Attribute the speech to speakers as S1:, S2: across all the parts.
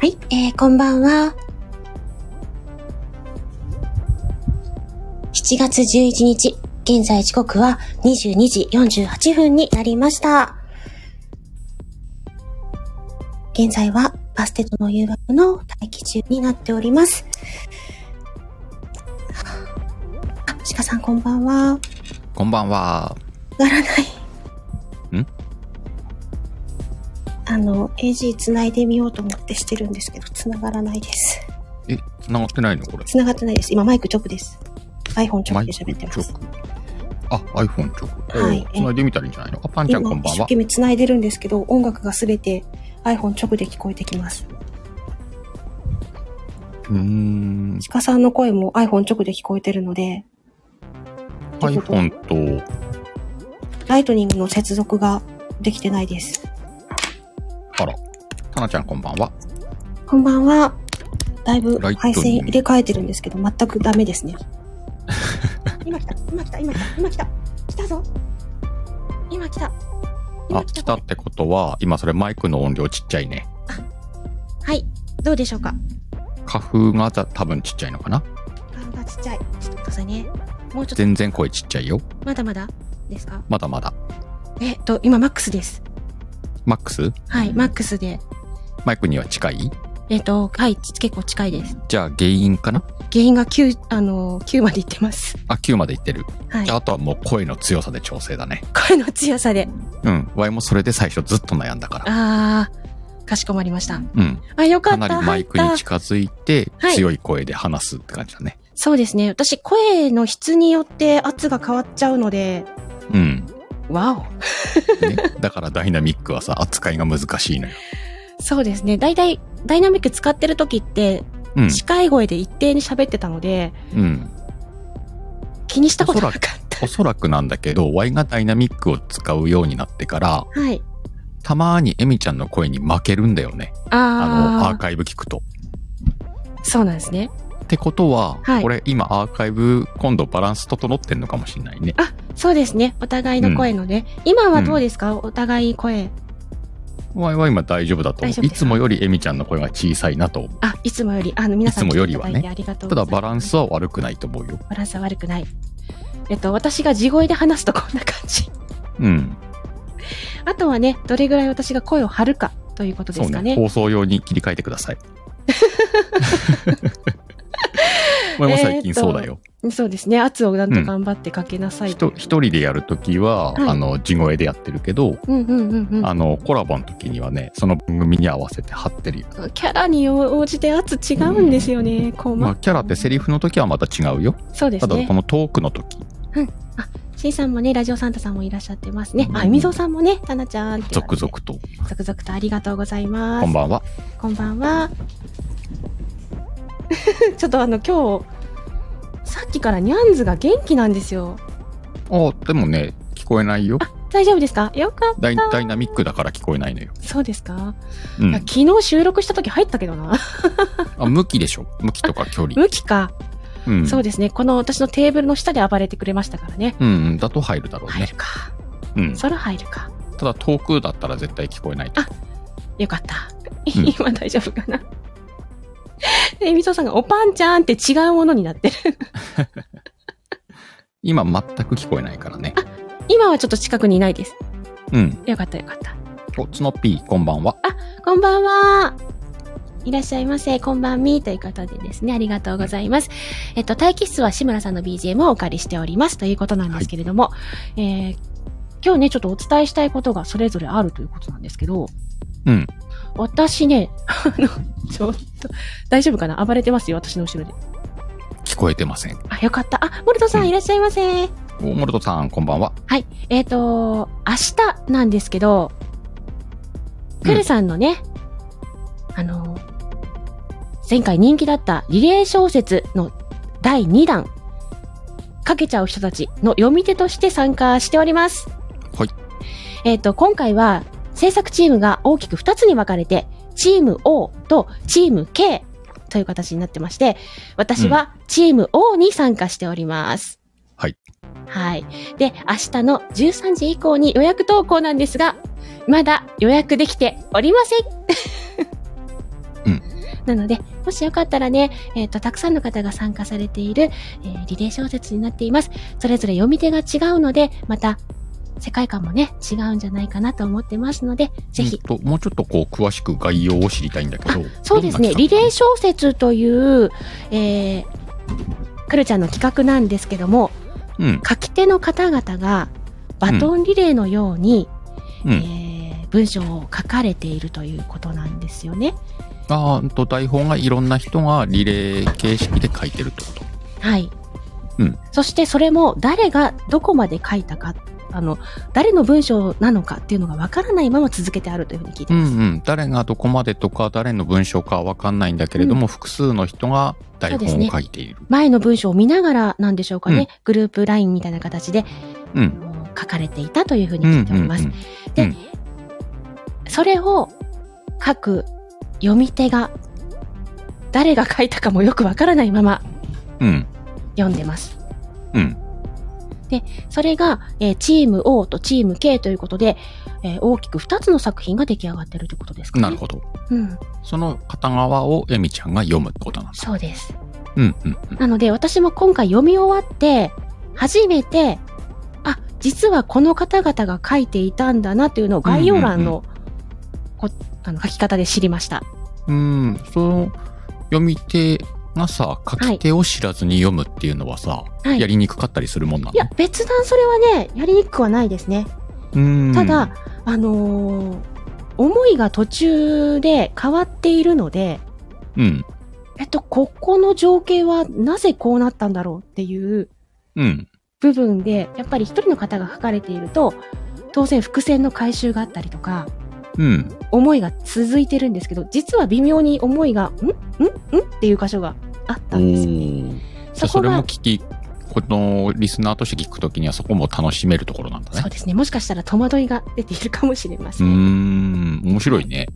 S1: はい、えー、こんばんは。7月11日、現在時刻は22時48分になりました。現在はバステとの誘惑の待機中になっております。あ、鹿さんこんばんは。
S2: こんばんは。
S1: ならない。
S2: ん
S1: あの、AG 繋いでみようと思ってしてるんですけど、繋がらないです。
S2: え、繋がってないのこれ。
S1: 繋がってないです。今マイク直です。iPhone 直で喋ってま
S2: 直
S1: す。。
S2: あ、iPhone 直。
S1: はい
S2: お繋いでみたらいいんじゃないのあ、パンちゃんこ
S1: 今
S2: ん
S1: 一
S2: ばん
S1: 生
S2: は。
S1: 懸命繋いでるんですけど、音楽がすべて iPhone 直で聞こえてきます。
S2: うーん。
S1: 鹿さんの声も iPhone 直で聞こえてるので、ってこと
S2: iPhone と、
S1: ライトニングの接続ができてないです。
S2: あら。タナちゃんこんばんは。
S1: こんばんは。だいぶ
S2: ライト
S1: 配
S2: ニング
S1: 線入れ替えてるんですけど、全くダメ ですね。今来た、今来た、今来た、今来た。来たぞ。今来た。今
S2: あ、来たってことは、今それマイクの音量ちっちゃいね。
S1: はい。どうでしょうか。
S2: 花粉がた多分ちっちゃいのかな
S1: 顔がちっちゃい。ちょっとくださいね。もうちょっと、
S2: 全然声ちっちゃいよ。
S1: まだまだですか
S2: まだまだ。
S1: えっと、今マックスです。
S2: マックス
S1: はい、マックスで。
S2: マイクには近い
S1: えっと、はい、ち結構近いです。
S2: じゃあ原因かな
S1: 原因が9、あのー、9までいってます。
S2: あ、9までいってる。
S1: はい
S2: じゃあ。あとはもう声の強さで調整だね。
S1: 声の強さで。
S2: うん。ワイもそれで最初ずっと悩んだから。
S1: あー、かしこまりました。
S2: うん。
S1: あ、よか
S2: か
S1: った。
S2: なりマイクに
S1: 入った
S2: 近づいて
S1: はい
S2: 強い声で話すって感じだね。
S1: そうですね。私、声の質によって圧が変わっちゃうので、
S2: うん。
S1: わ
S2: ね、 だからダイナミックはさ、扱いが難しいのよ。
S1: お。そうですね。大体、ダイナミック使ってる時って、
S2: うん。
S1: 近い声で一定に喋ってたので、
S2: うん。
S1: 気にしたことな
S2: お
S1: か
S2: そ
S1: っ
S2: らくおそらくなんだけど、Y がダイナミックを使うようになってから、
S1: た。はい。
S2: たまにエミちゃんの声に負けるんだよね。あの、ア
S1: あ
S2: ーカイブ聞くと。
S1: あ、そうなんですね。
S2: ってことは、
S1: はい
S2: これ今アーカイブ今度バランス整ってんのかもしれないね。
S1: あ、そうですね。お互いの声のね。今はどうですか、お互い声。
S2: Y は今大丈夫だと
S1: 大
S2: 思
S1: 丈夫で
S2: う。い
S1: す
S2: つもよりエミちゃんの声が小さいなと思う。
S1: あ、いつもより、あの、皆さん
S2: いつもよりは
S1: 聞
S2: ね
S1: いていただいてありがとう
S2: た
S1: ござ
S2: だ
S1: います。
S2: バランスは悪くないと思うよ。
S1: バランスは悪くない。えっと、私が地声で話すとこんな感じ。
S2: うん。
S1: あとはね、どれぐらい私が声を張るかということで
S2: そう
S1: すかね。
S2: ね。放送用に切り替えてく ださい。俺も最近そうだよ。
S1: そうですね。圧をなん
S2: う
S1: と
S2: ん
S1: 頑張ってかけなさい。
S2: ひと一人でやるときは、
S1: はい
S2: あの、地声でやってるけど、
S1: うんうんうんうん。
S2: あの、コラボのときにはね、その番組に合わせて貼ってるよ。
S1: キャラに応じて圧違うんですよね。こう、
S2: まあ、キャラってセリフのときはまた違うよ。
S1: そうです
S2: ただ、
S1: ね
S2: こ。のトークのとき、
S1: シンさんもね、ラジオサンタさんもいらっしゃってますね。あ、
S2: うん
S1: みぞうさんもね、たなちゃんって。
S2: 続々。と、
S1: 続々とありがとうございます。
S2: こんばんは。
S1: こんばんは。 ちょっとあの、今日、さっきからニャンズが元気なんですよ。
S2: あ、でもね、聞こえないよ。
S1: 大丈夫ですかよかった。
S2: ダイダイナミックだから聞こえないのよ。
S1: そうですか、
S2: う
S1: いや
S2: ん。
S1: 昨日収録した時入ったけどな。
S2: あ、向きでしょ。向きとか距離。
S1: 向きか、
S2: うん。
S1: そうですね。この私のテーブルの下で暴れてくれましたからね。
S2: うんうん。だと入るだろう
S1: 入
S2: ね。
S1: るか。
S2: うん。
S1: 空入るか。
S2: ただ、遠くだったら絶対聞こえないと思う。
S1: よかった。
S2: うん
S1: 今大丈夫かな。えみそさんがおパンちゃんって違うものになってる。
S2: 今全く聞こえないからね。
S1: 今はちょっと近くにいないです。
S2: うん。
S1: よかったよかった。
S2: お、つのぴー、こんばんは。
S1: こんばんは。いらっしゃいませ。こんばんみーということでですね、ありがとうございます。えっと、待機室は志村さんの BGM をお借りしておりますということなんですけれども、えー今日ね、ちょっとお伝えしたいことがそれぞれあるということなんですけど、
S2: うん。
S1: 私ね、あの、ちょっと、大丈夫かな暴れてますよ、私の後ろで。
S2: 聞こえてません。
S1: あ、よかった。あ、モルトさ
S2: うんん
S1: いらっしゃいませ。
S2: お、モルトさん、こんばんは。
S1: はい。えっ、と、明日なんですけど、
S2: うん
S1: クルさんのね、あの、前回人気だったリレー小説の第2弾、かけちゃう人たちの読み手として参加しております。
S2: はい。
S1: えっ、と、今回は制作チームが大きく2つに分かれて、チーム O とチーム K という形になってまして、私はチーム O に参加しております。
S2: はい。
S1: はい。で、明日の13時以降に予約投稿なんですが、まだ予約できておりません。
S2: うん
S1: なので、もしよかったらね、えっ、と、たくさんの方が参加されている、えーリレー小説になっています。それぞれ読み手が違うので、また、世界観もね、違うんじゃないかなと思ってますので、ぜひ
S2: うん。ともうちょっとこう詳しく概要を知りたいんだけど
S1: そうですね、
S2: どんな
S1: リレー
S2: 企
S1: 小説という、えー、くるちゃんの企画なんですけども、
S2: 画うん
S1: 書き手の方々がバトンリレーのように、
S2: うん
S1: えー文章を書かれているということなんですよね。
S2: あーうんと台本がいろんな人がリレー形式で書いてるってこと
S1: はい。
S2: うん
S1: そしてそれも誰がどこまで書いたか、あの、誰の文章なのかっていうのがわからないまま続けてあるというふうに聞いて
S2: う
S1: ます。
S2: んうん、誰がどこまでとか誰の文章かわかんないんだけれども、複数の人が台
S1: そう
S2: 本
S1: ですね
S2: を書いている。
S1: 前の文章を見ながらなんでしょうかね、
S2: うん
S1: グループ LINE みたいな形であ
S2: うん
S1: の書かれていたというふうに
S2: うん
S1: 聞いております。
S2: うん
S1: で、
S2: うん
S1: それを書く読み手が誰が書いたかもよくわからないまま
S2: うん
S1: 読んでます。
S2: うん
S1: それが、えーチーム O とチーム K ということで、えー大きく2つの作品が出来上がってるということですか
S2: うん
S1: ね。
S2: なるほど。
S1: ど。うん、
S2: その片側をエミちゃんが読むってことなんです。
S1: そうです。
S2: うんうんうん。
S1: なので私も今回読み終わって、初めて、あ、実はこの方々が書いていたんだなというのを概要欄の、こあの書き方で知りました。
S2: うん、その読み手がさ、書き手を知らずに読むっていうのはさ、
S1: はい
S2: やりにくかったりするもんない
S1: や
S2: の、
S1: 別段それはね、やりにくくはないですね。
S2: うん
S1: ただ、、あのー思いが途中で変わっているので、
S2: うん、
S1: えっと、ここの情景はなぜこうなったんだろうっていう
S2: うん、
S1: 部分で、やっぱり一人の方が書かれていると、当然伏線の回収があったりとか、
S2: うん。
S1: 思いが続いてるんですけど、実は微妙に思いが、んんんっていう箇所があったんですよね。
S2: ーじゃあそれも聞き、このリスナーとして聞くときにはそこも楽しめるところなんだね
S1: そう。ですね。もしかしたら戸惑いが出ているかもしれま
S2: う
S1: せ
S2: ー
S1: ん。
S2: ん、面白いね。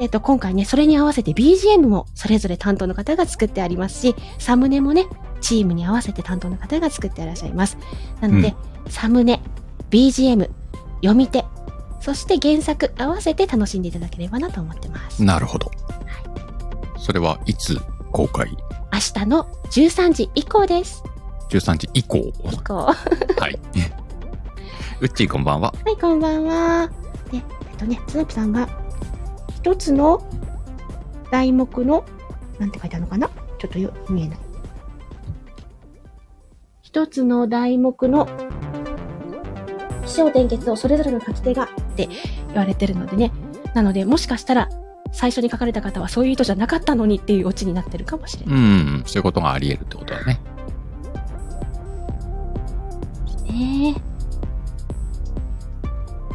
S1: えっと、今回ね、それに合わせて BGM もそれぞれ担当の方が作ってありますし、サムネもね、チームに合わせて担当の方が作っていらっしゃいます。なので、サムネ、BGM、読み手、そして原作合わせて楽しんでいただければなと思ってます。明
S2: なるほど。それはいつ公開
S1: 日の13時以降です。
S2: ?13 時以 降。
S1: 以降。は
S2: はい。 うっちーこんばんは。
S1: い、こんばんは。で、えっとね、スナップさんは、一つの題目の、なんて書いてあるのかなちょっとよ見えない。一つの題目の、気象転結をそれぞれの書き手がって言われてるのでね。なので、もしかしたら、最初に書かれた方はそういう意図じゃなかったのにっていうオチになってるかもしれ
S2: う
S1: ない
S2: ん、そういうことがあり得るってことだね。
S1: ですね。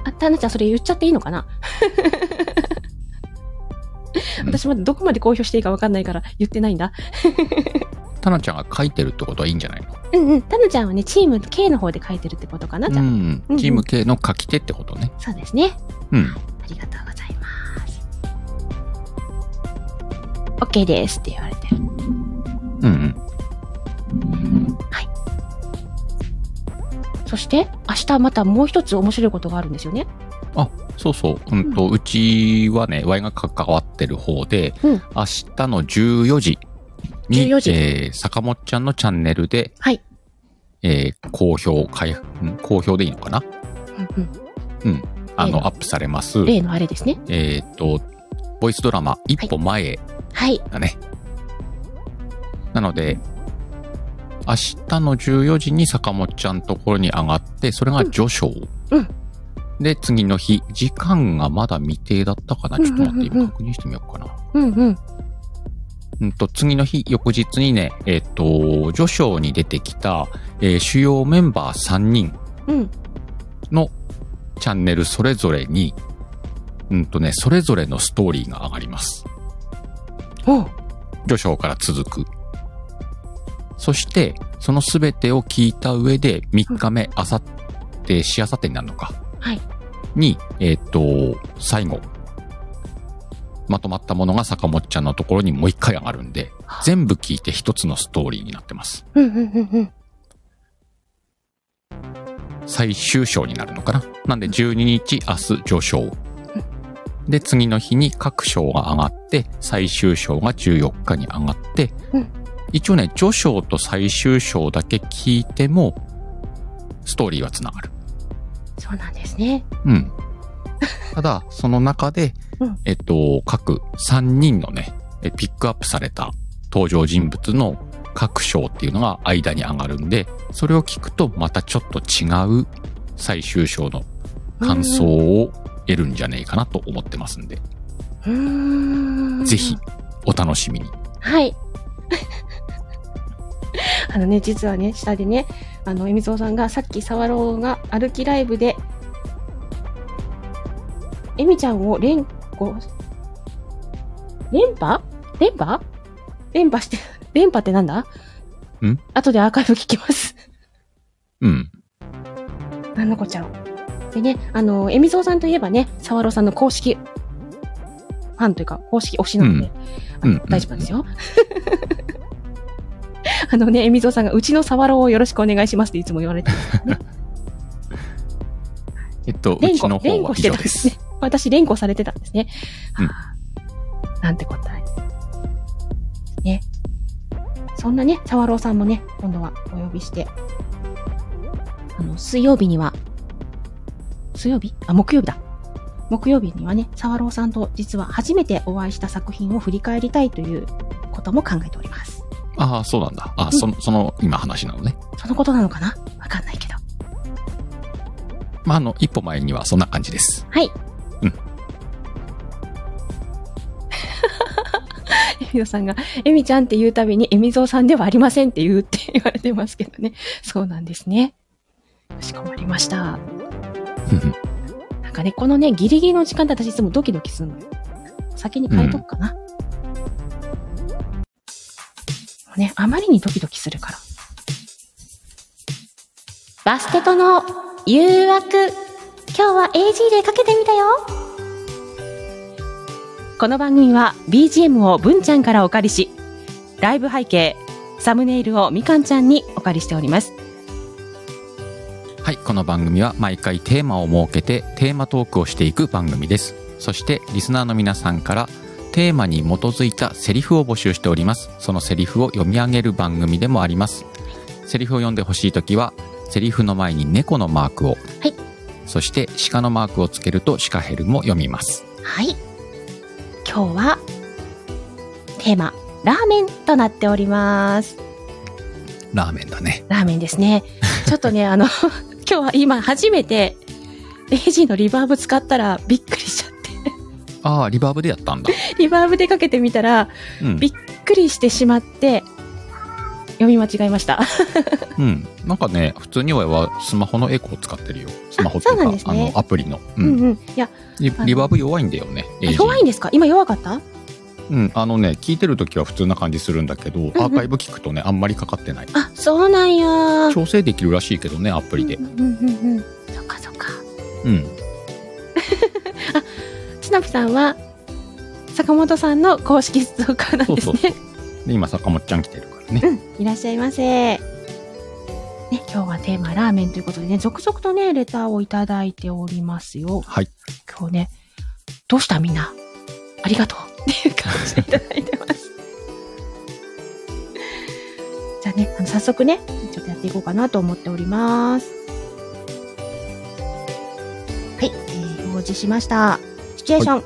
S1: あ、タナちゃんそれ言っちゃっていいのかな
S2: うん
S1: 私まだどこまで公表していいかわかんないから言ってないんだ。
S2: タナちゃんが書いてるってことはいいんじゃないの
S1: うんうん。タナちゃんはね、チーム K の方で書いてるってことかな、じゃあ
S2: うん
S1: う、ん
S2: チーム系の書き手ってことね。
S1: そうですね。
S2: うん。
S1: ありがとうございます。OK ですって言われてる。
S2: うんうん。
S1: そして、明日またもう一つ面白いことがあるんですよね。
S2: そうそう。うんと、うちはね、Y が関わってる方で、
S1: うん
S2: 明日の14時に、
S1: 14時
S2: えー、坂本ちゃんのチャンネルで、
S1: はい。
S2: えー、公表、開、ん公表でいいのかな
S1: うんうん。
S2: あ
S1: ええ
S2: の、アップされます。
S1: 例のあれですね。
S2: えーっと、ボイスドラマ、一歩前
S1: はい。
S2: だね。なので、明日の14時に坂本ちゃんのところに上がって、それが序章。
S1: うん
S2: で、次の日、時間がまだ未定だったかな。ちょっと待って、
S1: うんうんうんうん
S2: 今確認してみようかな。
S1: うんうん。
S2: うんと、次の日、翌日にね、えっ、と、序章に出てきた、えー主要メンバー3人
S1: うん。
S2: のチャンネルそれぞれに、うんとね、それぞれのストーリーが上がります。
S1: おう
S2: 序章から続く。そして、そのすべてを聞いた上で、3日目、あさって、しあさってになるのか。
S1: はい
S2: に、えっ、と、最後。まとまったものが坂本ちゃんのところにもう一回上がるんで、全部聞いて一つのストーリーになってます。
S1: うんうんうんうん。
S2: 最終章になるのかな。なんで12日、明日、上昇。で、次の日に各章が上がって、最終章が14日に上がって、
S1: うん
S2: 一応ね、序章と最終章だけ聞いても、ストーリーは繋がる。
S1: そうなんですね。
S2: うん。ただ、その中で、
S1: うん
S2: えっと、各3人のね、えピックアップされた登場人物の各章っていうのが間に上がるんで、それを聞くとまたちょっと違う最終章の感想を得るんじゃねえかなと思ってますんで、
S1: うーん。
S2: ぜひお楽しみに。
S1: はい。 あのね、実はね、下でね、あの、えみぞうさんがさっき、サワローが歩きライブで、えみちゃんを連呼、連覇連覇連覇して、 連覇ってなんだ
S2: ん
S1: 後でアーカイブ聞きます。
S2: うん。
S1: なのこちゃん。でね、あの、えみぞうさんといえばね、サワローさんの公式、ファンというか、公式推しなので、
S2: うんうん
S1: 大丈夫なんですよ。 あのね、えみぞうさんが、うちのサワローをよろしくお願いしますっていつも言われてます、
S2: えっと、 う
S1: 連
S2: ちの
S1: 呼、連
S2: 方は
S1: 呼し
S2: 以
S1: て
S2: 上
S1: たん
S2: で
S1: です
S2: す。
S1: ね。 私、連呼されてたんですね。
S2: うん
S1: はあなんて答え。ね。そんなね、サワローさんもね、今度はお呼びして、あの、水曜日には、水曜日あ、木曜日だ。木曜日にはね、サワローさんと実は初めてお会いした作品を振り返りたいということも考えております。
S2: ああ、そうなんだ。あ、
S1: ん
S2: その、その、今話なのね。
S1: そのことなのかなわかんないけど。
S2: まあ、あの、一歩前にはそんな感じです。
S1: はい。
S2: うん。
S1: エミゾさんが、エミちゃんって言うたびに、エミゾさんではありませんって言うって言われてますけどね。そうなんですね。かしこまりました。なんかね、このね、ギリギリの時間で私いつもドキドキするのよ。先に変えとくかな。ね、あまりにドキドキするから。バステとの誘惑。今日は AG でかけてみたよ。この番組は BGM を文ちゃんからお借りし、ライブ背景、サムネイルをみかんちゃんにお借りしております。
S2: はい、この番組は毎回テーマを設けてテーマトークをしていく番組です。そしてリスナーの皆さんからテーマに基づいたセリフを募集しております。そのセリフを読み上げる番組でもあります。セリフを読んでほしいときは、セリフの前に猫のマークを。
S1: はい
S2: そして鹿のマークをつけると鹿ヘルも読みます。
S1: はい。今日は、テーマ、ラーメンとなっております。
S2: ラーメンだね。
S1: ラーメンです ね。ちょっとね、あの、 今日は今初めて、AG のリバーブ使ったらびっくりしちゃっ
S2: ああ、リバーブでやったん だ。
S1: て、リバーブでかけてみたら、
S2: うん
S1: び。びっくりしてしまって、読み間違えました。
S2: うん。なんかね、普通に俺はスマホのエコーを使ってるよ。スマホってい
S1: あそうなん
S2: う
S1: です
S2: か、
S1: ね
S2: あの、アプリの。う
S1: うんん。うん。いや、
S2: リリバーブ弱いんだよね。AG
S1: 弱いんですか今弱かった
S2: うん、あのね、聞いてるときは普通な感じするんだけど、アーカイブ聞くとね、あんまりかかってない。
S1: あ、そうなんや。
S2: 調整できるらしいけどね、アプリで
S1: う。んうんうんうん。そっかそっか。
S2: うん。
S1: つなぴさんは、坂本さんの公式ストーカーなんです
S2: そう
S1: ね
S2: そ。で、今、坂本ちゃん来てるからね。
S1: いらっしゃいませ。ね、今日はテーマラーメンということでね、続々とね、レターをいただいておりますよ。
S2: はい。
S1: 今日ね、どうしたみんなありがとうっていう感じでいただいてます。 じゃあね、あの早速ね、ちょっとやっていこうかなと思っております。はい、えー表示しました。シチュエーション。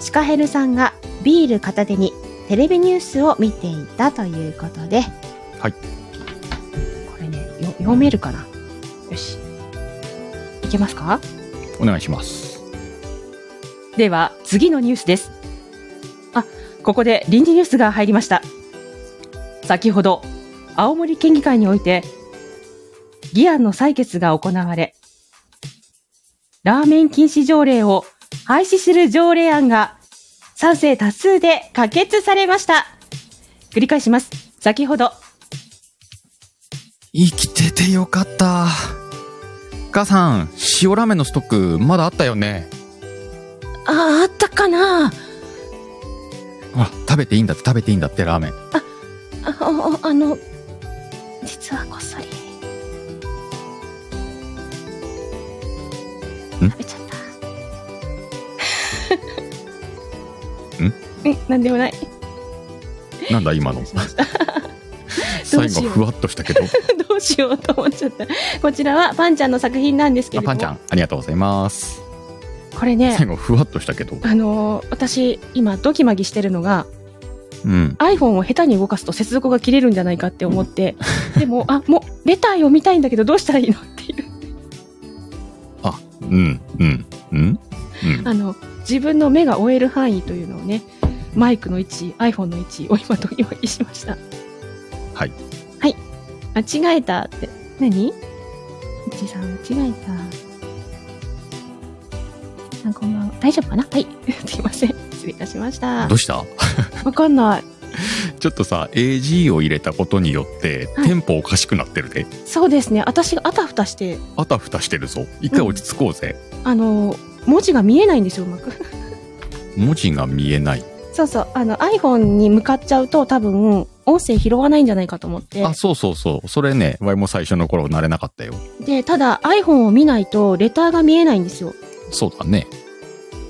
S1: シカヘルさんがビール片手にテレビニュースを見ていたということで。
S2: はい
S1: これね、よ読めるかなよし。いけますか
S2: お願いします。
S1: では次のニュースですあここで臨時ニュースが入りました先ほど青森県議会において議案の採決が行われラーメン禁止条例を廃止する条例案が賛成多数で可決されました繰り返します先ほど
S2: 生きててよかった。母さん、塩ラーメンのストック、まだあったよね。
S1: ああったかな
S2: ほら、食べていいんだって、食べていいんだって、ラーメン。
S1: あああの実はこっそり
S2: ん
S1: 食べちゃった なんでもない。
S3: なんだ今の
S1: しましたどう
S3: 最
S1: し
S3: 後
S1: よう
S3: ふわっとしたけど
S1: どうしようと思っちゃった。こちらはパンちゃんの作品なんですけれ
S2: あ
S1: ども。
S2: パンちゃんありがとうございます
S1: これね
S3: 最、後ふわっとしたけど
S1: あのー私、今、ドキマギしてるのが、
S2: うん
S1: iPhone を下手に動かすと接続が切れるんじゃないかって思 って、でも、あ、もう、レター読みたいんだけど、どうしたらいいのっていう。
S3: うんうんうんうん
S1: あの、自分の目が追える範囲というのをね、マイクの位置、iPhone の位置を今、用意しました。
S3: はい。
S1: はい。間違えたって、何うちさん、間違えた。あ、こんばんは。大丈夫かなはい。 すいません。失礼いたしました
S3: ど。うした
S1: わかんない。
S3: ちょっとさ AG を入れたことによって
S1: はい
S3: テンポおかしくなってるで
S1: そうですね。私があたふたして、
S3: あたふたしてるぞ一回落ち着こうぜ、
S1: あの、文字が見えないんですよ、うまく。
S3: 文字が見えない
S1: そうそう。あの、iPhone に向かっちゃうと多分、音声拾わないんじゃないかと思って
S3: あ。そうそうそうそれねワイも最初の頃慣れなかったよ
S1: で、ただ iPhone を見ないと、レターが見えないんですよ。
S3: そうだね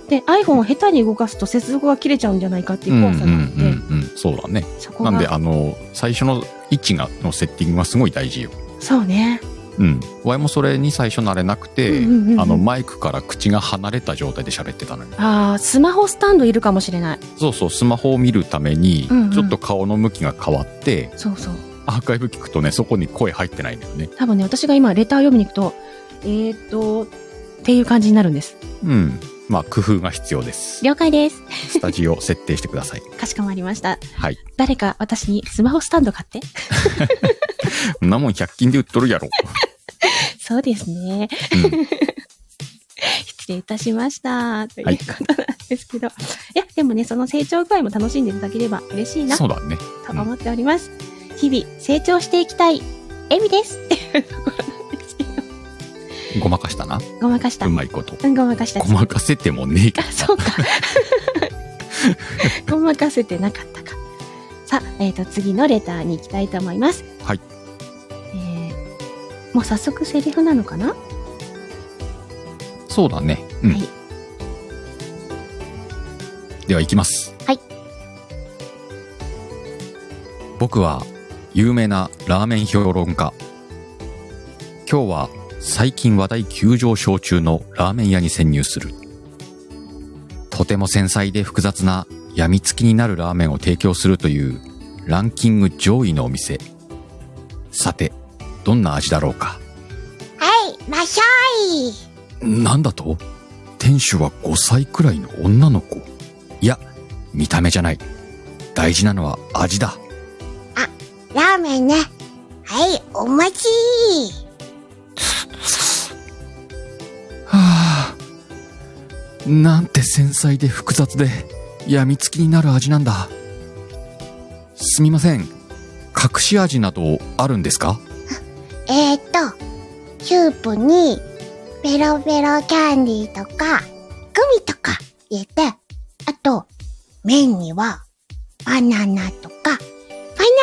S1: で、iPhone を下手に動かすと接続が切れちゃうんじゃないかっていう怖さがあって、
S3: うんうんうんうん、そうだね
S1: そこ
S3: な
S1: が。
S3: んであの最初の位置がのセッティングはすごい大事よ
S1: そうね。
S3: うんワイもそれに最初慣れなくて、
S1: うんうんうんうん
S3: あのマイクから口が離れた状態で喋ってたのよ
S1: ああ、スマホスタンドいるかもしれない。
S3: そうそうスマホを見るために
S1: うんうん
S3: ちょっと顔の向きが変わって、
S1: そうそう。
S3: アーカイブ聞くとねそこに声入ってないんだよね
S1: 多分ね、私が今レター読みに行くと、えーっと、っていう感じになるんです。
S3: うんまあ工夫が必要です
S1: 了解です。
S3: スタジオ設定してください
S1: かしこまりました。
S3: はい
S1: 誰か私にスマホスタンド買って。
S3: こんなもん100均で売っとるやろ、
S1: そうですね。
S3: うん、
S1: 失礼いたしました。という
S3: はい
S1: ことなんですけど。い、や、でもね、その成長具合も楽しんでいただければ嬉しいな
S3: そ
S1: と
S3: うだね
S1: 思っております。日々、成長していきたい、エミですっていうところなんですけど。
S3: ごまかしたな
S1: ごまかした。
S3: う
S1: うん、
S3: まいこと
S1: ごまかした。
S3: ごまかせてもねえけ
S1: あ、そうか。 ごまかせてなかったか。さあ、えっ、と、次のレターに行きたいと思います。
S3: はい。
S1: えー、もう早速セリフなのかな
S3: どそうだねうん、
S1: はい
S3: では行きます
S1: はい
S2: 僕は有名なラーメン評論家今日は最近話題急上昇中のラーメン屋に潜入するとても繊細で複雑なやみつきになるラーメンを提供するというランキング上位のお店さてどんな味だろうか
S4: はい、マシャイ
S2: なんだと店主は5歳くらいの女の子いや見た目じゃない大事なのは味だ
S4: ラーメンね。はい、お待ち
S2: はあなんて繊細で複雑で病みつきになる味なんだすみません隠し味などあるんですか
S4: えーと、スープに、ベロベロキャンディーとか、グミとか入れて、あと、麺には、バナナとか、パイ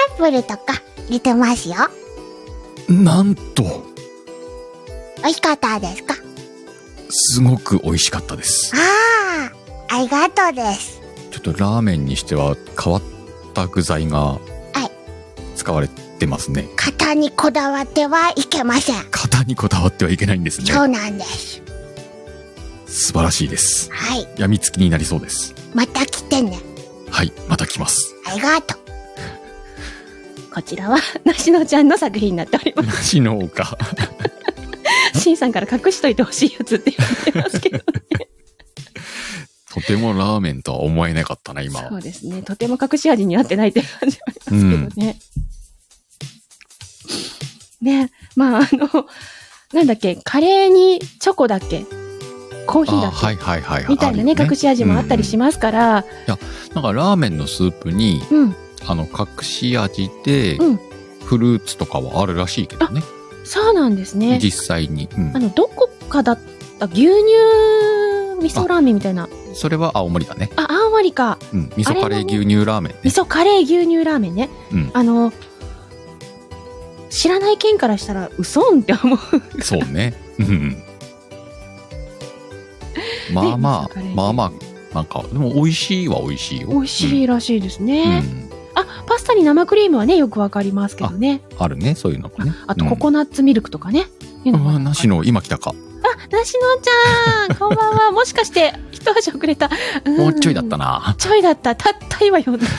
S4: ナップルとか入れてますよ。
S2: なんと
S4: 美味しかったですか
S2: すごく美味しかったです
S4: ああ、ありがとうです。
S2: ちょっとラーメンにしては変わった具材が使われてますね
S4: 型にこだわってはいけません。
S2: 型にこだわってはいけないんですね
S4: そうなんです。
S2: 素晴らしいです。
S4: はい、
S2: やみつきになりそうです。
S4: また来てね。
S2: はい、また来ます。
S4: ありがとう。
S1: こちらは、なしのちゃんの作品になっており ま
S3: 梨の丘
S1: す。しんさんから隠しといてほしいやつって言われてますけど。
S3: とてもラーメンとは思えなかったな今
S1: そうですね。とても隠し味に合ってないって感じはありますけどね。ね、まああの、なんだっけ、カレーにチョコだっけコーヒーだ
S3: あ
S1: っけ、
S3: はいはいはいはい
S1: みたいなね
S3: あるよ
S1: 隠し味もあったりしますから、
S3: なんかラーメンのスープに
S1: うん、
S3: あの隠し味で
S1: うん
S3: フルーツとかはあるらしいけどね、
S1: そうなんですね。
S3: 実際に、うん
S1: あの、どこかだった、牛乳味噌ラーメンみたいな。
S3: それは青森だね、
S1: あ、青森か。
S3: うん、味噌カレー牛乳ラーメンね
S1: 味噌カレー牛乳ラーメンね。
S3: うん
S1: あの、知らない県からしたら、嘘んって思う。
S3: そう ねうんまあま
S1: 味噌カ
S3: あ
S1: レー
S3: まあまあ
S2: なんか、でも美味しいは美味しいよ。
S1: 美味しいらしいです
S2: うん、う
S1: ね。
S2: ん
S1: あ、パスタに生クリームはね、よくわかりますけどね。
S2: あるね、そういうのもね。
S1: あと、ココナッツミルクとかね。いう
S2: う
S1: の
S2: ん。
S1: も
S2: あ、なしの、今来たか。
S1: あ、なしのちゃん、こんばんは。 もしかして、一足遅れた。ん
S2: もうちょいだった。な。
S1: ちょいだった。たった今読んだ。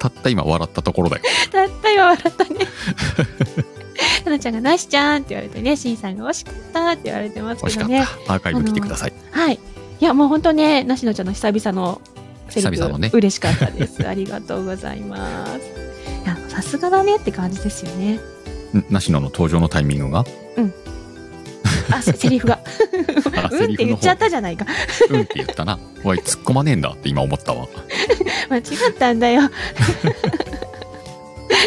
S2: たった今笑ったところだよ。
S1: たった今笑ったね。 たなちゃんがなしちゃんって言われてね、しんさんが惜しかったって言われてます
S2: 美味
S1: けど
S2: しかっ
S1: ね。
S2: た。アーカイブ来てください。
S1: はい。いや、もう本当ね、なしのちゃんの久々のセリフ
S2: 久々のね
S1: 嬉しかった です。ありがとうございます。いや、さすがだねって感じですよね。
S2: んなしのの登場のタイミングが。
S1: あ、せセリフが。
S2: あ
S1: うんって言っちゃっ
S2: 方
S1: たじゃないか。
S2: うんって言ったな。おい、突っ込まねえんだって今思ったわ。
S1: 間違ったんだよ。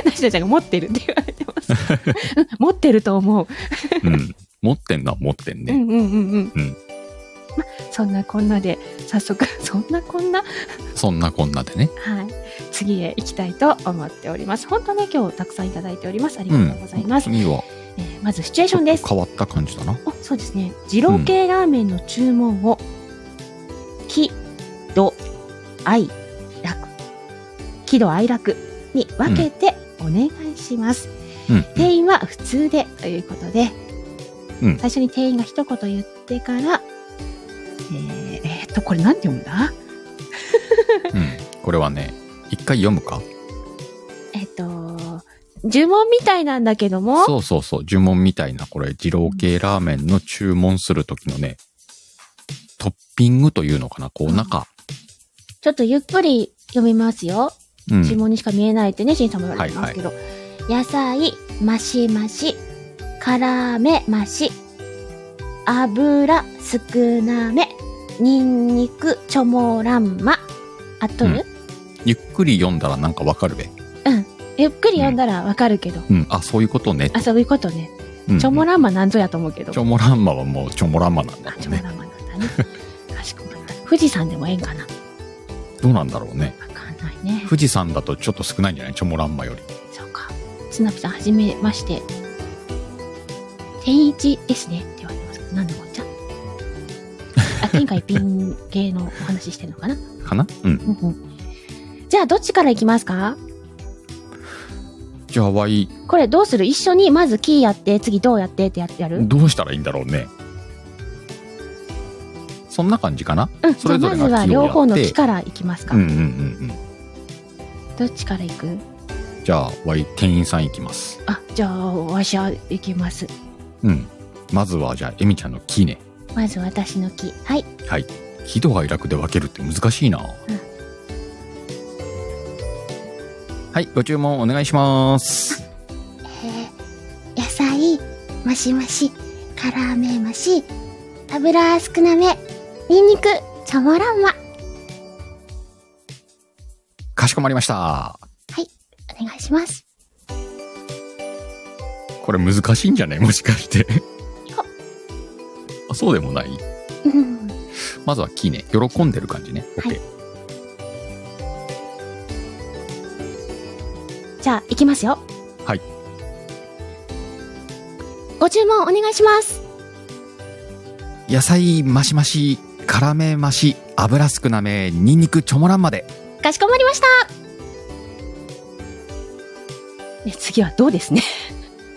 S1: なしのちゃんが持ってるって言われてます。うん持ってると思う。
S2: うん。持ってんな、持ってん
S1: う
S2: ね。
S1: んうんうんうん。
S2: うん
S1: ま、そんなこんなで、早速、そんなこんな、
S2: そんなこんなでね。
S1: はい。次へ行きたいと思っております。本当ね、今日たくさんいただいております。ありがとうございます。
S2: 次は、
S1: えーまず、シチュエーションです。
S2: 変わった感じだな。
S1: おそうですね。二郎系ラーメンの注文を、喜、怒、愛、楽、喜怒哀楽に分けてお願いします。
S2: うん。
S1: 店員は普通でということで、
S2: うん
S1: 最初に店員が一言言ってから、えー、えーっと、これなんて読むんだ
S2: うん。これはね、一回読むか
S1: えーっと、呪文みたいなんだけども、
S2: そうそうそう、呪文みたいな、これ、二郎系ラーメンの注文するときのね、トッピングというのかな、こ
S1: う
S2: う、
S1: ん
S2: 中。
S1: ちょっとゆっくり読みますよ。
S2: うん。
S1: 注文にしか見えないってね、しんさんも言われてますけど。野菜、マシマシ、辛めマシ、油少なめ、ニンニクチョモランマ。あっとる、
S2: ゆっくり読んだらなんかわかるべ。
S1: ゆっくり読んだらわかるけど。
S2: うん。あ、そういうことね。
S1: あ、そういうことね。
S2: うん
S1: チョモランマなんぞやと思うけど。
S2: チョモランマはもうチョモランマなんだ
S1: あ
S2: ろ
S1: チ
S2: う
S1: ョモ
S2: ね。
S1: ランマなんだね。かしこまった。富士山でもええんかなわ
S2: どうなんだろうね。
S1: かんないね。
S2: 富士山だとちょっと少ないんじゃないチョモランマより。
S1: そうか。スナピさん、はじめまして。天一ですね。って言われてますけど、なんでこっ ちゃあ、天下一品系のお話してるのかな
S2: かなうん。
S1: うんうん。じゃあ、どっちから行きますか
S2: じゃあ、ワイ、
S1: これどうする一緒に、まずキーやって、次どうやってってやってやる
S2: どうしたらいいんだろうね。そんな感じかな
S1: うん。
S2: それぞれ
S1: じゃ
S2: が
S1: あまずは両方の
S2: キーをやっ
S1: 木
S2: て
S1: から行きますか。
S2: うんうんうん
S1: どっちから行く
S2: うん。じゃあ、ワイ、店員さんいきます。
S1: あ、じゃあ、わしは行きます。
S2: うん。まずは、じゃあ、エミちゃんの木ね。
S1: まず私の木。はい。
S2: はい。喜怒哀楽で分けるって難しいな。はい、ご注文お願いします。
S4: えー野菜、マシマシ、辛めマシ、油少なめ、ニンニク、チョモランマ。
S2: かしこまりました。
S4: お願いします。
S2: これ難しいんじゃないもしかして。あ、そうでもない
S4: うん。
S2: まずは木ね。喜んでる感じね。オッケー。
S1: じゃあ、行きますよ。
S2: はい。
S1: ご注文お願いします。
S2: 野菜マシマシ、辛めマシ、油少なめ、ニンニクチョモランまで。
S1: かしこまりました。ね、次はどうですね。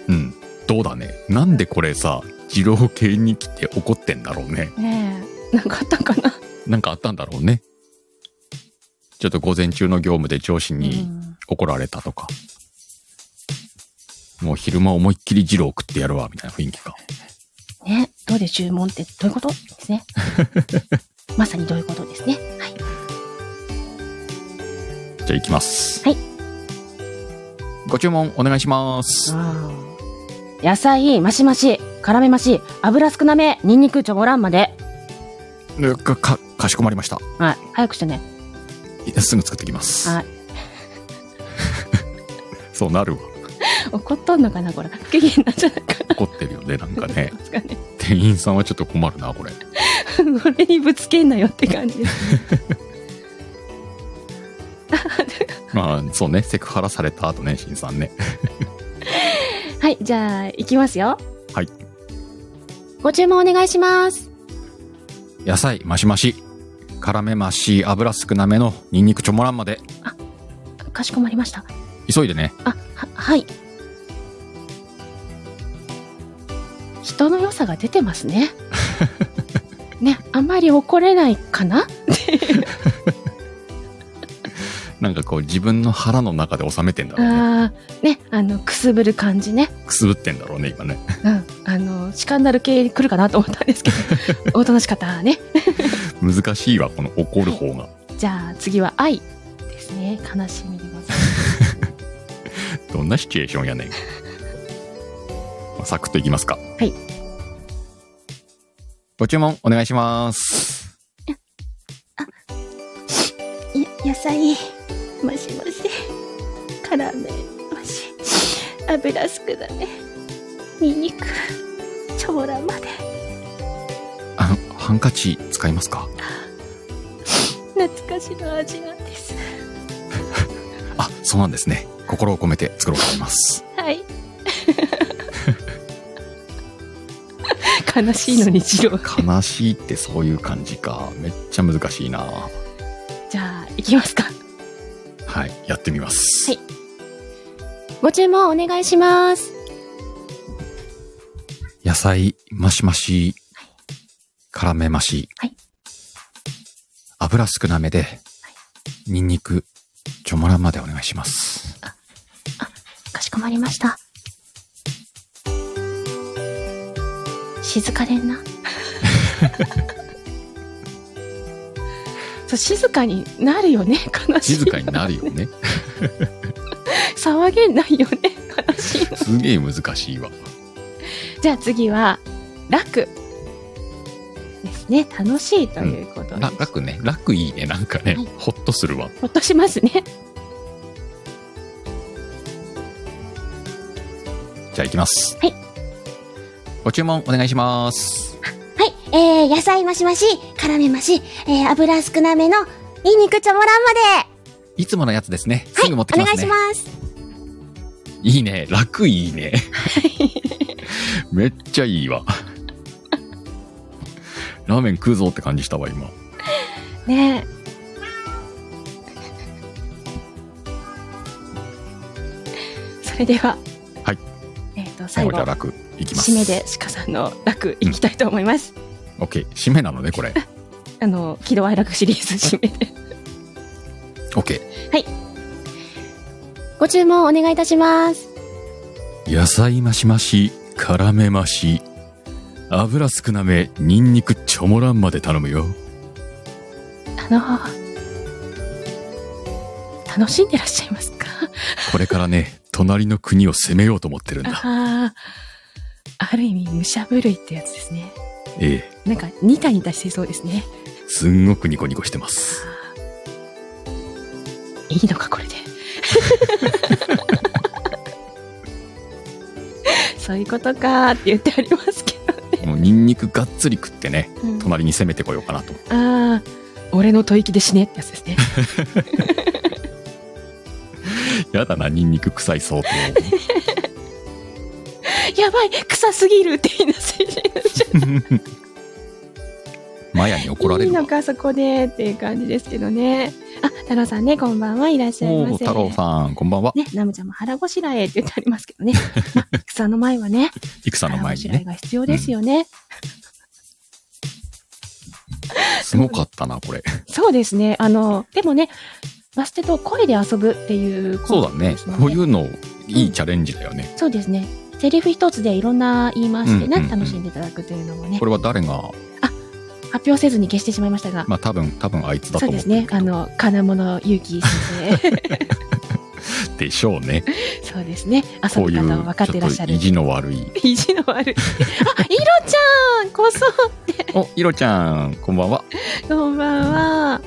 S2: うん。どうだね。なんでこれさ、二郎系に来て怒ってんだろうね。
S1: ねえ。なんかあったんかな。
S2: なんかあったんだろうね。ちょっと午前中の業務で上司に怒られたとか。もう昼間思いっきり二郎食ってやるわ、みたいな雰囲気か。
S1: ね、どうで注文ってどういうことですね。まさにどういうことですね。はい。
S2: じゃあ行きます。
S1: はい。
S2: ご注文お願いします。
S1: 野菜、マシマシ、辛めマシ、油少なめ、ニンニク、チョコランまで。
S2: えか、か、かしこまりました。
S1: はい。早くしてね。
S2: いやすぐ作ってきます。
S1: はい。
S2: そうなるわ。
S1: 怒っとんのかな、 これ。不機嫌なんじゃないか
S2: 怒ってるよね、なんか
S1: な。
S2: ね。
S1: ですかね。
S2: 店員さんはちょっと困るな、これ。
S1: これにぶつけんなよって感じです。
S2: まあ、そうね、セクハラされた後ね、新さんね。
S1: はい、じゃあ、行きますよ。
S2: はい。
S1: ご注文お願いします。
S2: 野菜マシマシ辛めマシ油少なめのニンニクチョモランまで
S1: かしこまりました。
S2: 急いでね
S1: あ、は、はい。人の良さが出てます ね。ね、あまり怒れないかな
S2: なんかこう自分の腹の中で収めてんだろうね
S1: あーね、あの、くすぶる感じね。
S2: くすぶってんだろうね今ね
S1: うん。あの、シカンダル系来るかなと思ったんですけ ど、おとなしかったね。
S2: 難しいわこの怒る方が
S1: じゃあ次は愛ですね。悲しみでございます。
S2: どんなシチュエーショ ンやねんまあサクッといきますか
S1: はい
S2: ご注文お願いします
S1: い野菜マシマシ辛めマシ油少なめニンニクチョモランまで
S2: あのハンカチ使いますか
S1: 懐かしの味なんです
S2: あそうなんですね心を込めて作ろうと思います
S1: はい 悲しいのに次郎
S2: 悲しいってそういう感じかめっちゃ難しいな
S1: じゃあ行きますか
S2: はいやってみます、
S1: はいご注文お願いします
S2: 野菜マシマシ
S1: はい
S2: 辛めまし、
S1: はい
S2: 油少なめで、ニンニクチョモランまでお願いします
S1: かしこまりました静かで んなそう静かになるよね悲しい
S2: 静かになるよね
S1: 騒げないよね悲しいの
S2: すげえ難しいわ
S1: じゃあ次は楽ですね楽しいということで
S2: ら楽ね楽いいねなんかね、
S1: はい
S2: ほっとするわ
S1: ほっとしますね
S2: じゃあ行きます
S1: はい
S2: ご注文お願いします
S4: はい、えー、野菜マシマシ、辛めマシ、えー、油少なめの、ニンニクチョモランまで、
S2: いつものやつですねす
S4: はい、
S2: ぐ持ってき
S4: お
S2: ま
S4: 願
S2: す
S4: いし
S2: ね、
S4: ます。
S2: いいね楽いいねめっちゃいいわラーメン食うぞって感じしたわ今
S1: ね えそれでは
S2: はい
S1: えっ、と最
S2: 最後
S1: 後
S2: じゃあ楽いきます
S1: 締めで鹿さんの楽いきたいと思います、
S2: OK 締めなのねこれ
S1: あの喜怒哀楽シリーズ締めで
S2: OK
S1: ご注文お願いいたします
S2: 野菜増し増し辛め増し油少なめニンニクチョモランまで頼むよ
S1: あの楽しんでらっしゃいますか
S2: これからね隣の国を攻めようと思ってるんだ
S1: ああある意味武者震いってやつですね
S2: ええ
S1: なんかニタニタしてそうですね
S2: すんごくニコニコしてます
S1: いいのかこれで そういうことかって言ってありますけど、
S2: もうニンニクがっつり食ってね
S1: うん
S2: 隣に攻めてこようかなと
S1: ああ俺の吐息で死ねってやつ ですね
S2: やだなニンニク臭い相当
S1: やばい臭すぎるって言いなさい
S2: マヤに怒られ
S1: いい
S2: るわ
S1: のかそこでっていう感じですけどねあ太郎さんねこんばんはいらっしゃい
S2: お
S1: ま
S2: お
S1: せ
S2: 太郎さんこんばんは
S1: ねナムちゃんも腹ごしらえって言ってありますけど ね、まあ草の前はね
S2: 戦の
S1: 腹ご
S2: 前
S1: し
S2: に
S1: らえ
S2: ね
S1: が必要ですよね、
S2: すごかったなこれ
S1: そうですねあのでもねバステと声で遊ぶっていうコ
S2: そ
S1: ンセプト
S2: うだね
S1: ですので
S2: こういうのいいチャレンジだよね
S1: そうですね。セリフ一つでいろんな言い回してね、
S2: うんうんうん
S1: 楽しんでいただくというのもね
S2: こ、れは誰が
S1: 発表せずに消してしまいましたが、
S2: まあ多分多分あいつだ
S1: そ
S2: と
S1: う
S2: 思
S1: で
S2: っ
S1: す
S2: てる
S1: ね。
S2: け
S1: あ
S2: ど
S1: の、金物勇気 先
S2: でしょうね
S1: 生。そうですね。遊
S2: こう
S1: び
S2: いう
S1: 方を分かって
S2: ち
S1: ら
S2: ょ
S1: っ
S2: っ
S1: しゃ
S2: と
S1: る
S2: 意。地の悪い
S1: 意地の悪い。あ、イロちゃんこそ、
S2: お、いろちゃん、こんばんは。
S1: こんばんは。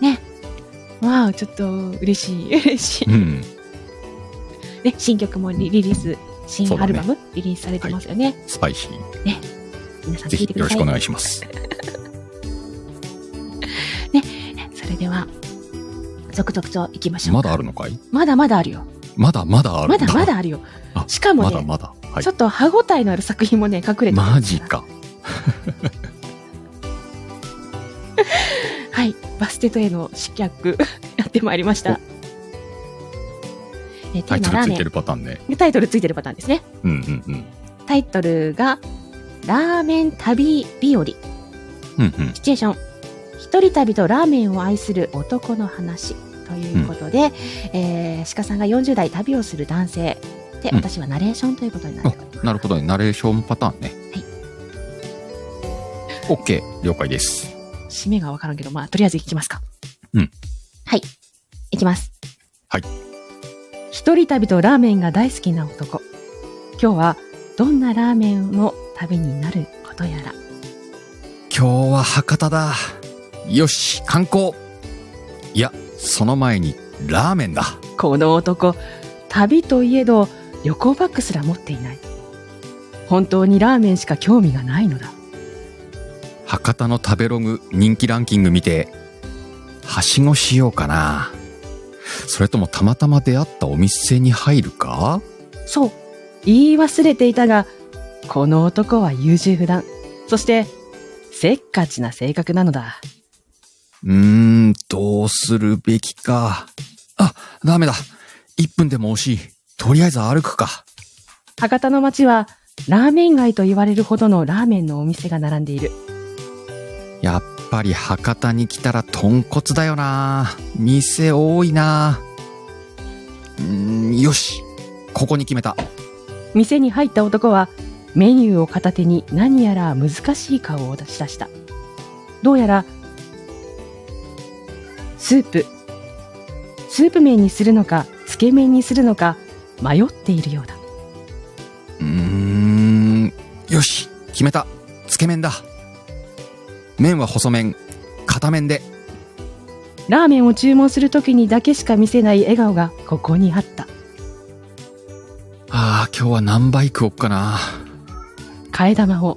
S1: ね。わあ、ちょっと嬉しい、嬉しい。
S2: うん。
S1: ね、新曲もリリース、
S2: そ
S1: 新
S2: うだ
S1: アル
S2: ね
S1: バム、リリースされてますよね。
S2: スパイシー。
S1: 皆さん
S2: ぜ
S1: 聞
S2: ひ
S1: いてく
S2: よ
S1: だ
S2: ろし
S1: さい。
S2: くお願いします。
S1: それでは、続々と行きましょう。
S2: まだあるのかい
S1: まだまだあるよ。
S2: まだまだある
S1: ま
S2: んだ。
S1: だま。だあるよ
S2: あ。
S1: しかも
S2: ま
S1: ね
S2: だ、まだ。はい
S1: ちょ。っと歯ごたえのある作品もね、隠れてる
S2: マジ。か。
S1: はい、バステトへの試脚 やってまいりました。えーテ
S3: タイ
S1: ー
S3: ト
S1: マラ
S3: ル
S1: ーメ
S3: ついてるパターンね。
S1: ン。タイトルついてるパターンですね。
S3: うんうんうん。
S1: タイトルが、ラーメン旅日和。シ
S2: うんうん。
S1: チュエーション。一人旅とラーメンを愛する男の話。ということで、えー鹿さんが40代旅をする男性。で、
S2: うん
S1: 私はナレーションということになっております。
S2: なるほどね。ナレーションパターンね。
S1: はい。
S2: OK。了解です。
S1: 締めがわからんけど、まあ、とりあえず行きますか。
S2: うん。
S1: はい。行きます。
S3: はい。
S1: 一人旅とラーメンが大好きな男。今日は、どんなラーメンの旅になることやら。
S2: 今日は博多だ。よし、観光。いや、その前にラーメンだ。
S1: この男、旅といえど、旅行バッグすら持っていない。本当にラーメンしか興味がないのだ。
S2: 博多の食べログ人気ランキング見て、はしごしようかな。それともたまたま出会ったお店に入るか
S1: そう、言い忘れていたが、この男は優柔不断。そして、せっかちな性格なのだ。
S2: うーん、どうするべきか。あ、ダメだ。1分でも惜しい。とりあえず歩くか。
S1: 博多の街はラーメン街と言われるほどのラーメンのお店が並んでいる
S2: やっぱり博多に来たら豚骨だよな。店多いな。うーん、よし。ここに決めた。
S1: 店に入った男はメニューを片手に何やら難しい顔を出し出したどうやらスープスープ麺にするのかつけ麺にするのか迷っているようだ
S2: うーん、よし。決めた。つけ麺だ。麺は細麺。片麺で。
S1: ラーメンを注文する時にだけしか見せない笑顔がここにあった
S2: ああ、今日は何杯食おっかな。
S1: 替え玉を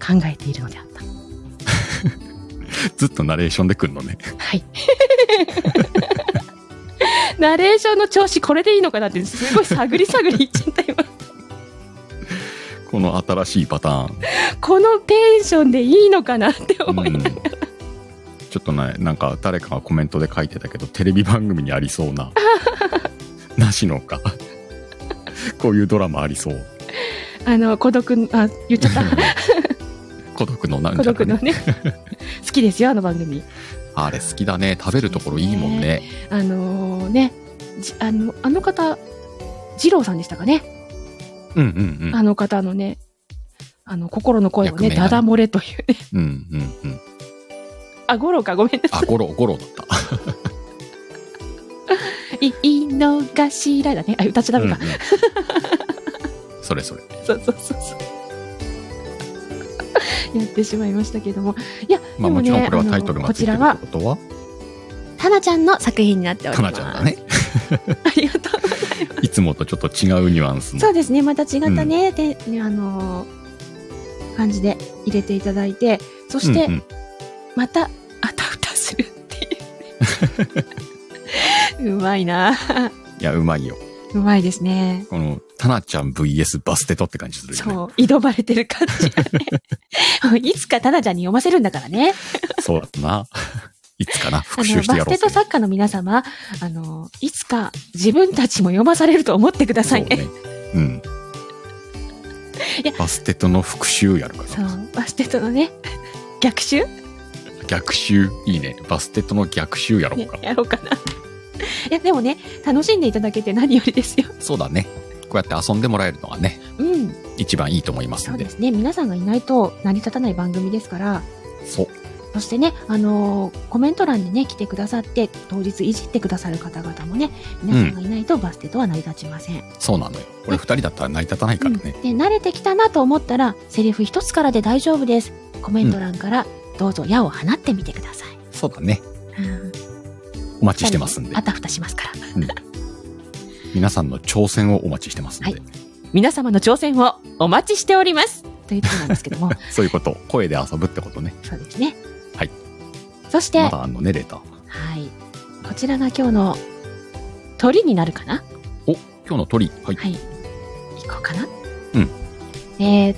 S1: 考えているのであった
S3: ずっとナレーションで来るのね。
S1: はい。 ナレーションの調子これでいいのかなってすごい探り探り言っちゃった今
S3: この新しいパターン。
S1: このテンションでいいのかなって 思い、
S3: うん、ちょっとねなんか誰かがコメントで書いてたけどテレビ番組にありそう ななしのかこういうドラマありそう
S1: あの孤独あ言っちゃった
S3: 孤独のなん
S1: 孤
S3: ちゃら
S1: 独の
S3: ね
S1: ね 好きですよあの番組
S2: あれ好きだね。食べるところいいもんね。
S1: あのねじあのあの方二郎さんでしたかね、
S2: うんうん
S1: あの方のねあの心の声を
S2: 役名
S1: ね
S2: がね
S1: ダダ漏れというね
S2: うん。うんうんうん。
S1: あ五郎かごめんなさ
S2: あ、ゴロゴ ロだった。
S1: い「いいのがしら」だねあ歌っちゃダメか、
S3: うんうんそれそれ
S1: そうそうそう そう。やってしまいましたけども。いや、
S3: ま
S1: で
S3: あ
S1: も
S3: も
S1: ね
S3: ちろんこれはタイトル
S1: あの
S3: がついて
S1: こち
S3: る
S1: らは
S3: ってことは
S1: タナちゃんの作品になっており
S3: か
S1: ま
S3: な
S1: す。
S3: ちゃんだ。ね
S1: ありがとう。
S3: いつもとちょっと違うニュアンス
S1: そ
S3: の
S1: うですね、また違ったね、で、ねあのー感じで入れていただいて、そして、
S3: うんうん
S1: また、あたふたするっていう。う まいな。
S3: いやうまいよ
S1: うまいですね。
S3: このタナちゃん VS バステトって感じするよね
S1: そう、挑まれてる感じが ね。いつかタナちゃんに読ませるんだからね。
S3: そうだったな いつかな
S1: あ
S3: 復
S1: の、
S3: 習してや
S1: バス
S3: ろ
S1: テ
S3: うぜ
S1: と作家の皆様、あの、いつか自分たちも読まされると思ってくださいね。
S3: そうね
S1: いや
S3: うん。バステとの復習やるか
S1: そ
S3: な。
S1: う、バステとのね、逆襲
S3: 逆襲。いいね。バステとの逆襲やろう
S1: ね
S3: か。
S1: やろうかな。い や、でもね、楽しんでいただけて何よりです よ。
S2: そうだね。こうやって遊んでもらえるのがね、
S1: うん、
S2: 一番いいと思います
S1: そ
S2: ん
S1: う
S2: で
S1: で。すね。皆さんがいないと成り立たない番組ですから、
S3: そう。
S1: そしてね、あのーコメント欄でね、来てくださって、当日いじってくださる方々もね、皆さんがいないとバステとは成り立ちません。
S2: そうなのよ。
S3: これ二人だったら成り立たないからね。
S1: で慣れてきたなと思ったらセリフ一つからで大丈夫ですコメント欄からどうぞ矢を放ってみてください、
S2: そうだね。
S1: うん
S3: お待ちしてますんで
S1: あ。たふたしますから
S3: 皆さんの挑戦をお待ちしてますん
S1: は
S3: で。
S1: 皆様の挑戦をお待ちしておりますというところなんですけども
S3: そういうこと。声で遊ぶってことね。
S1: そうですね
S3: はい
S1: そして、
S3: まだあんのね、レーター。
S1: はいこちらが今日の鳥になるかな
S3: お、今日の鳥。はい。
S1: はい行こうかな
S3: うん
S1: えー、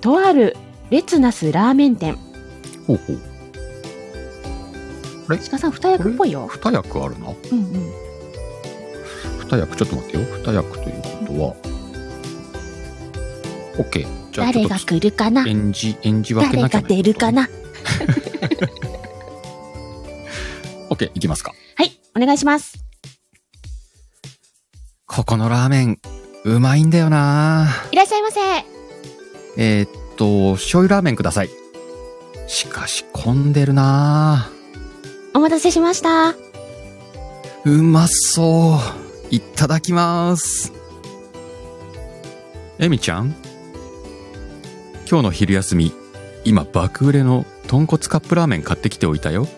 S1: とある列なすラーメン店
S3: ほうほう。れ
S1: 鹿さん二役っぽいよ。
S3: 二役あるな
S1: うんうん。
S3: 二役ちょっと待ってよ二役ということは OK じゃあちょ
S4: 誰
S3: っと
S4: が来るかな
S2: 演じ、演じ分け
S4: 誰
S2: なきゃ
S4: が出るかな
S3: OK いきますか
S1: はい、お願いします。
S2: ここのラーメン、うまいんだよない
S1: らっしゃいませ。
S2: えーっと、醤油ラーメンください。しかし混んでるな
S1: お待たせしました。
S2: うまそう。いただきます。エミちゃん今日の昼休み、今爆売れの豚骨カップラーメン買ってきておいたよ。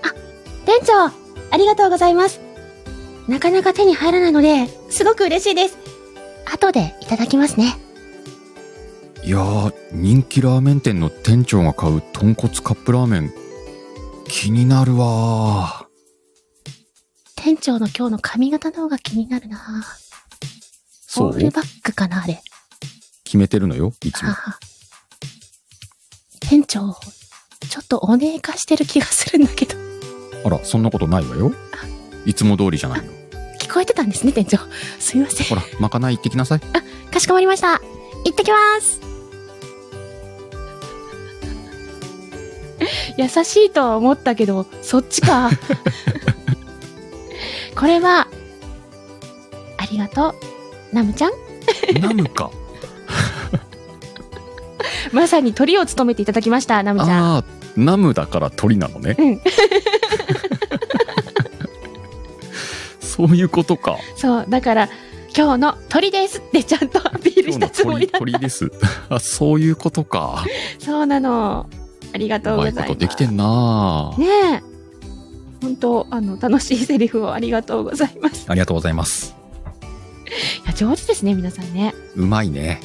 S1: 店長、ありがとうございます。なかなか手に入らないので、すごく嬉しいです。
S4: 後でいただきますね。
S2: いやー、人気ラーメン店の店長が買う豚骨カップラーメン、気になるわ
S4: 店長の今日の髪型の方が気になるな
S3: そ
S4: オ
S3: う
S4: ールバックかなあれ。
S2: 決めてるのよ、いつも。
S4: ああ店長、ちょっとお姉化してる気がするんだけど。
S3: あらそんなことないわよ
S2: いつも通りじゃないの。
S1: 聞こえてたんですね、店長。すいません。
S2: ほら、まかない行ってきなさい。
S1: かしこまりました。行ってきます。 優しいとは思ったけど、そっちか。 これは、ありがとう、ナムちゃん。
S2: ナムか。
S1: まさに鳥を務めていただきました、ナムちゃん。
S3: ああナムだから鳥なのね
S1: うん
S3: そういうことか
S1: そう、だから、今日の鳥ですってちゃんとアピール
S3: 今日
S1: し
S3: の
S1: たつもり
S3: 鳥
S1: だ。
S3: 鳥ですあそういうことか
S1: そうなの。ありが
S2: う
S1: とうござ
S2: ま
S1: い
S2: い
S1: ま
S2: こ
S1: す。
S2: とできてんなあ
S1: ねえ。本当あの、楽しいセリフをありがとうございます。
S2: ありがとうございます。
S1: いや、上手ですね、皆さんね。
S2: うまいね。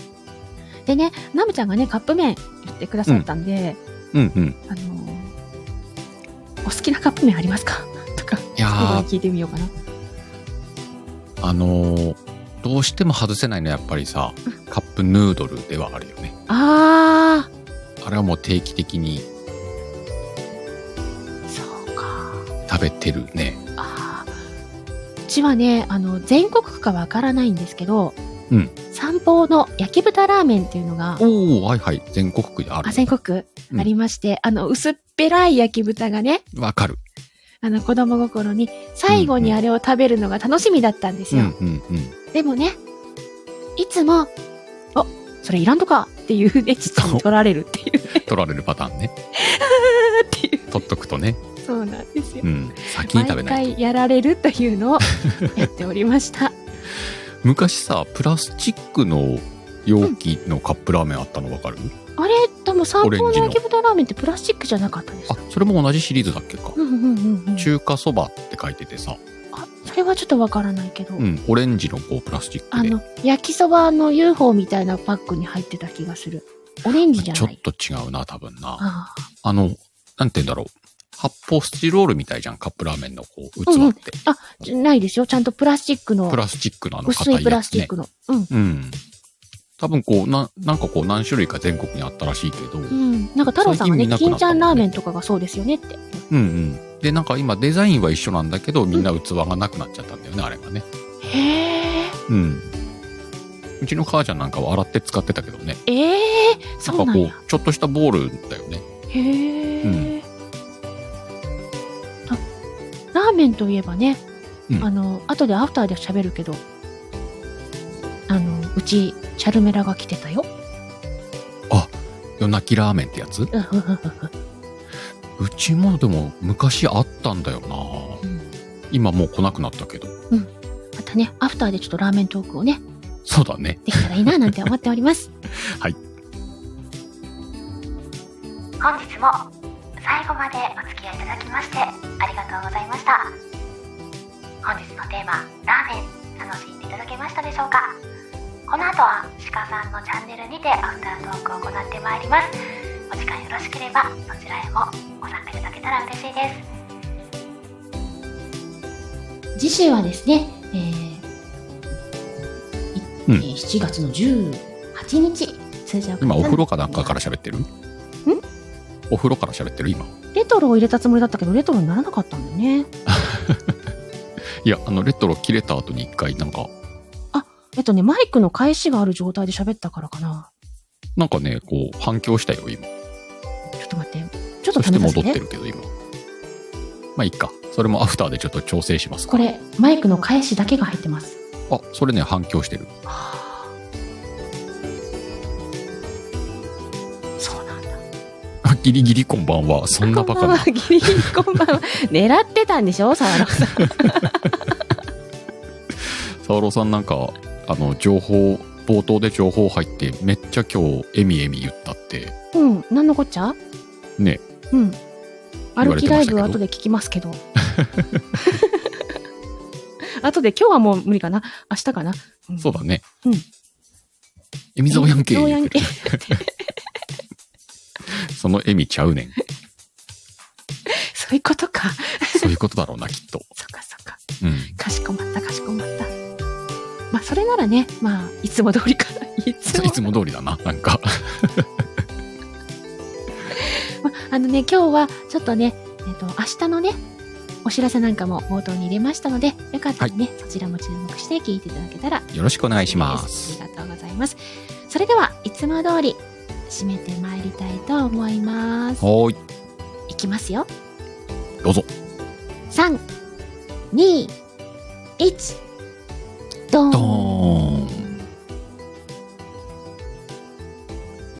S1: でね、ナムちゃんがね、カップ麺言ってくださったんで、
S2: うんうん。
S1: あのーお好きなカップ麺ありますかとか、
S2: いや
S1: 最後に
S2: ー、
S1: 聞いてみようかな。
S2: あのーどうしても外せないのはやっぱりさ、カップヌードルではあるよね。
S1: あ
S2: あれはもう定期的に
S1: ー、そうか。
S2: 食べてるね。
S1: あーうちはねあの全国区かわからないんですけど、
S2: うん
S1: 三宝の焼き豚ラーメンっていうのが
S2: おおはいはい。全国区である
S1: あ。全国区
S2: うん
S1: ありまして、あの薄っぺらい焼き豚がね
S2: わかる。
S1: あの子供心に最後にあれを食べるのが楽しみだったんです
S2: うん
S1: よ、
S2: うんうん。
S1: でもねいつも「あそれいらんとか」っていうね父に取られるっていう ね
S2: 取られるパター ンね。
S1: っていう
S2: 取っとくとね。
S1: そうなんですよ、
S2: うん。先に食べ
S1: 毎
S2: ないと。
S1: 回やられるというのをやっておりました
S2: 昔さ、プラスチックの容器のカップラーメンあったのわかる、
S1: あれでも三宝
S2: オレン
S1: の
S2: ジの
S1: 焼き豚ラーメンってプラスチックじゃなかったです
S2: あ、それも同じシリーズだっけか。
S1: うんうんうんうん、
S2: 中華そばって書いててさ、
S1: あそれはちょっとわからないけど、
S2: うん、オレンジのこうプラスチック
S1: あ
S2: で
S1: の焼きそばの UFO みたいなパックに入ってた気がするオレンジじゃ
S2: ちょ
S1: な
S2: っ
S1: い
S2: と違うな多分なあ
S1: あ
S2: のなんて言うんだろう発泡スチロールみたいじゃんカップラーメンのこう器って、
S1: うんうんあじゃないですよちゃんとプラスチックの
S2: プラスチックのあの
S1: 薄
S2: 硬
S1: い
S2: い
S1: プ
S2: や
S1: ラス
S2: つ
S1: チッ
S2: ね
S1: クの、うん
S2: うん多分こうななんかこう何種類か全国にあったらしいけど、う、
S1: うんん、なんか太郎さんがね
S2: 最近見なくなったも
S1: 金
S2: んね
S1: ちゃんラーメンとかがそうですよねって
S2: うんでなんか今デザインは一緒なんだけどみんな器がなくなっちゃったんだよねあれがね
S1: へー
S2: うんうちの母ちゃんなんかは洗って使ってたけどね
S1: ええー、
S2: な
S1: そうんな
S2: か
S1: ん
S2: こ
S1: や
S2: うちょっとしたボールだよね
S1: へえ、あラーメンといえばね、
S2: うん
S1: あの後でアフターで喋るけどあのうちチャルメラが来てたよ
S2: 夜泣きラーメンってやつ
S1: うんうんうんうん
S2: うちもでも昔あったんだよな
S1: うん
S2: 今もう来なくなったけど
S1: またね、アフターでちょっとラーメントークをね、
S2: そうだね
S1: できたらいいななんて思っております。
S5: 本日も最後までお付き合いいただきましてありがとうございました本日のテーマ「ラーメン」楽しんでいただけましたでしょうかこの後は鹿さんのチャンネルにてアフタートークを行ってまいりますお時間よろしければそちらへもご参加いただけたら嬉しいです
S1: 次週はですね、えー
S2: うん
S1: えー7月の18日、通常
S2: 今お風呂かなんかから喋ってるんお風呂から喋ってる今
S1: えっトロを入れたつもりだったけどレトロにならなかったんだね
S2: いや、あの、レトロ切れた後に一回、なんか、
S1: えっとねマイクの返しがある状態で喋ったからかな
S2: なんかね、こう、反響したよ、今。
S1: ちょっと待ってちょっと
S2: そして
S1: 試させ
S2: 戻
S1: て
S2: ってるけど、今。まあ、いいか。それもアフターでちょっと調整しますか。
S1: これマイクの返しだけが入ってます
S2: あ、それね、反響してる。
S1: そうなんだ
S2: あギリギリこんばんは。そんなバカ
S1: こんばん
S2: な
S1: は。ギリギリこんばんは狙ってたんでしょ沢野さん
S2: 沢朗さんなんか、あの、情報、冒頭で情報入って、めっちゃ今日、えみえみ言ったって、
S1: うんなんのこっちゃ
S2: ね
S1: うん
S2: 言
S1: 歩
S2: われ
S1: き
S2: て
S1: ラ
S2: ま
S1: イ
S2: したけ
S1: ブ
S2: ど
S1: は後で聞きますけど 後で今日はもう無理かな明日かな、ん
S2: そうだね。
S1: うん
S2: えみぞうやんけ。
S1: そうやんけ
S2: そのえみちゃうねん。
S1: そういうことか
S2: そういうことだろうな、きっと。
S1: そっかそっか
S2: うん。
S1: かしこまったかしこまったまあそれならねまあいつも通りかいつ
S2: そう
S1: も
S2: いつも通りだな、なんか。
S1: まあのね今日はちょっとねえっ、と明日のねお知らせなんかも冒頭に入れましたのでよかったらね、そちらも注目して聞いていただけたら
S6: よろしくお
S1: お
S6: 願いします。
S1: ありがとうございますそれではいつも通り締めてまいりたいと思います
S6: はーい。
S1: いきますよ
S2: どうぞ。
S1: 三、二、一、
S4: ド
S6: ド
S4: ン。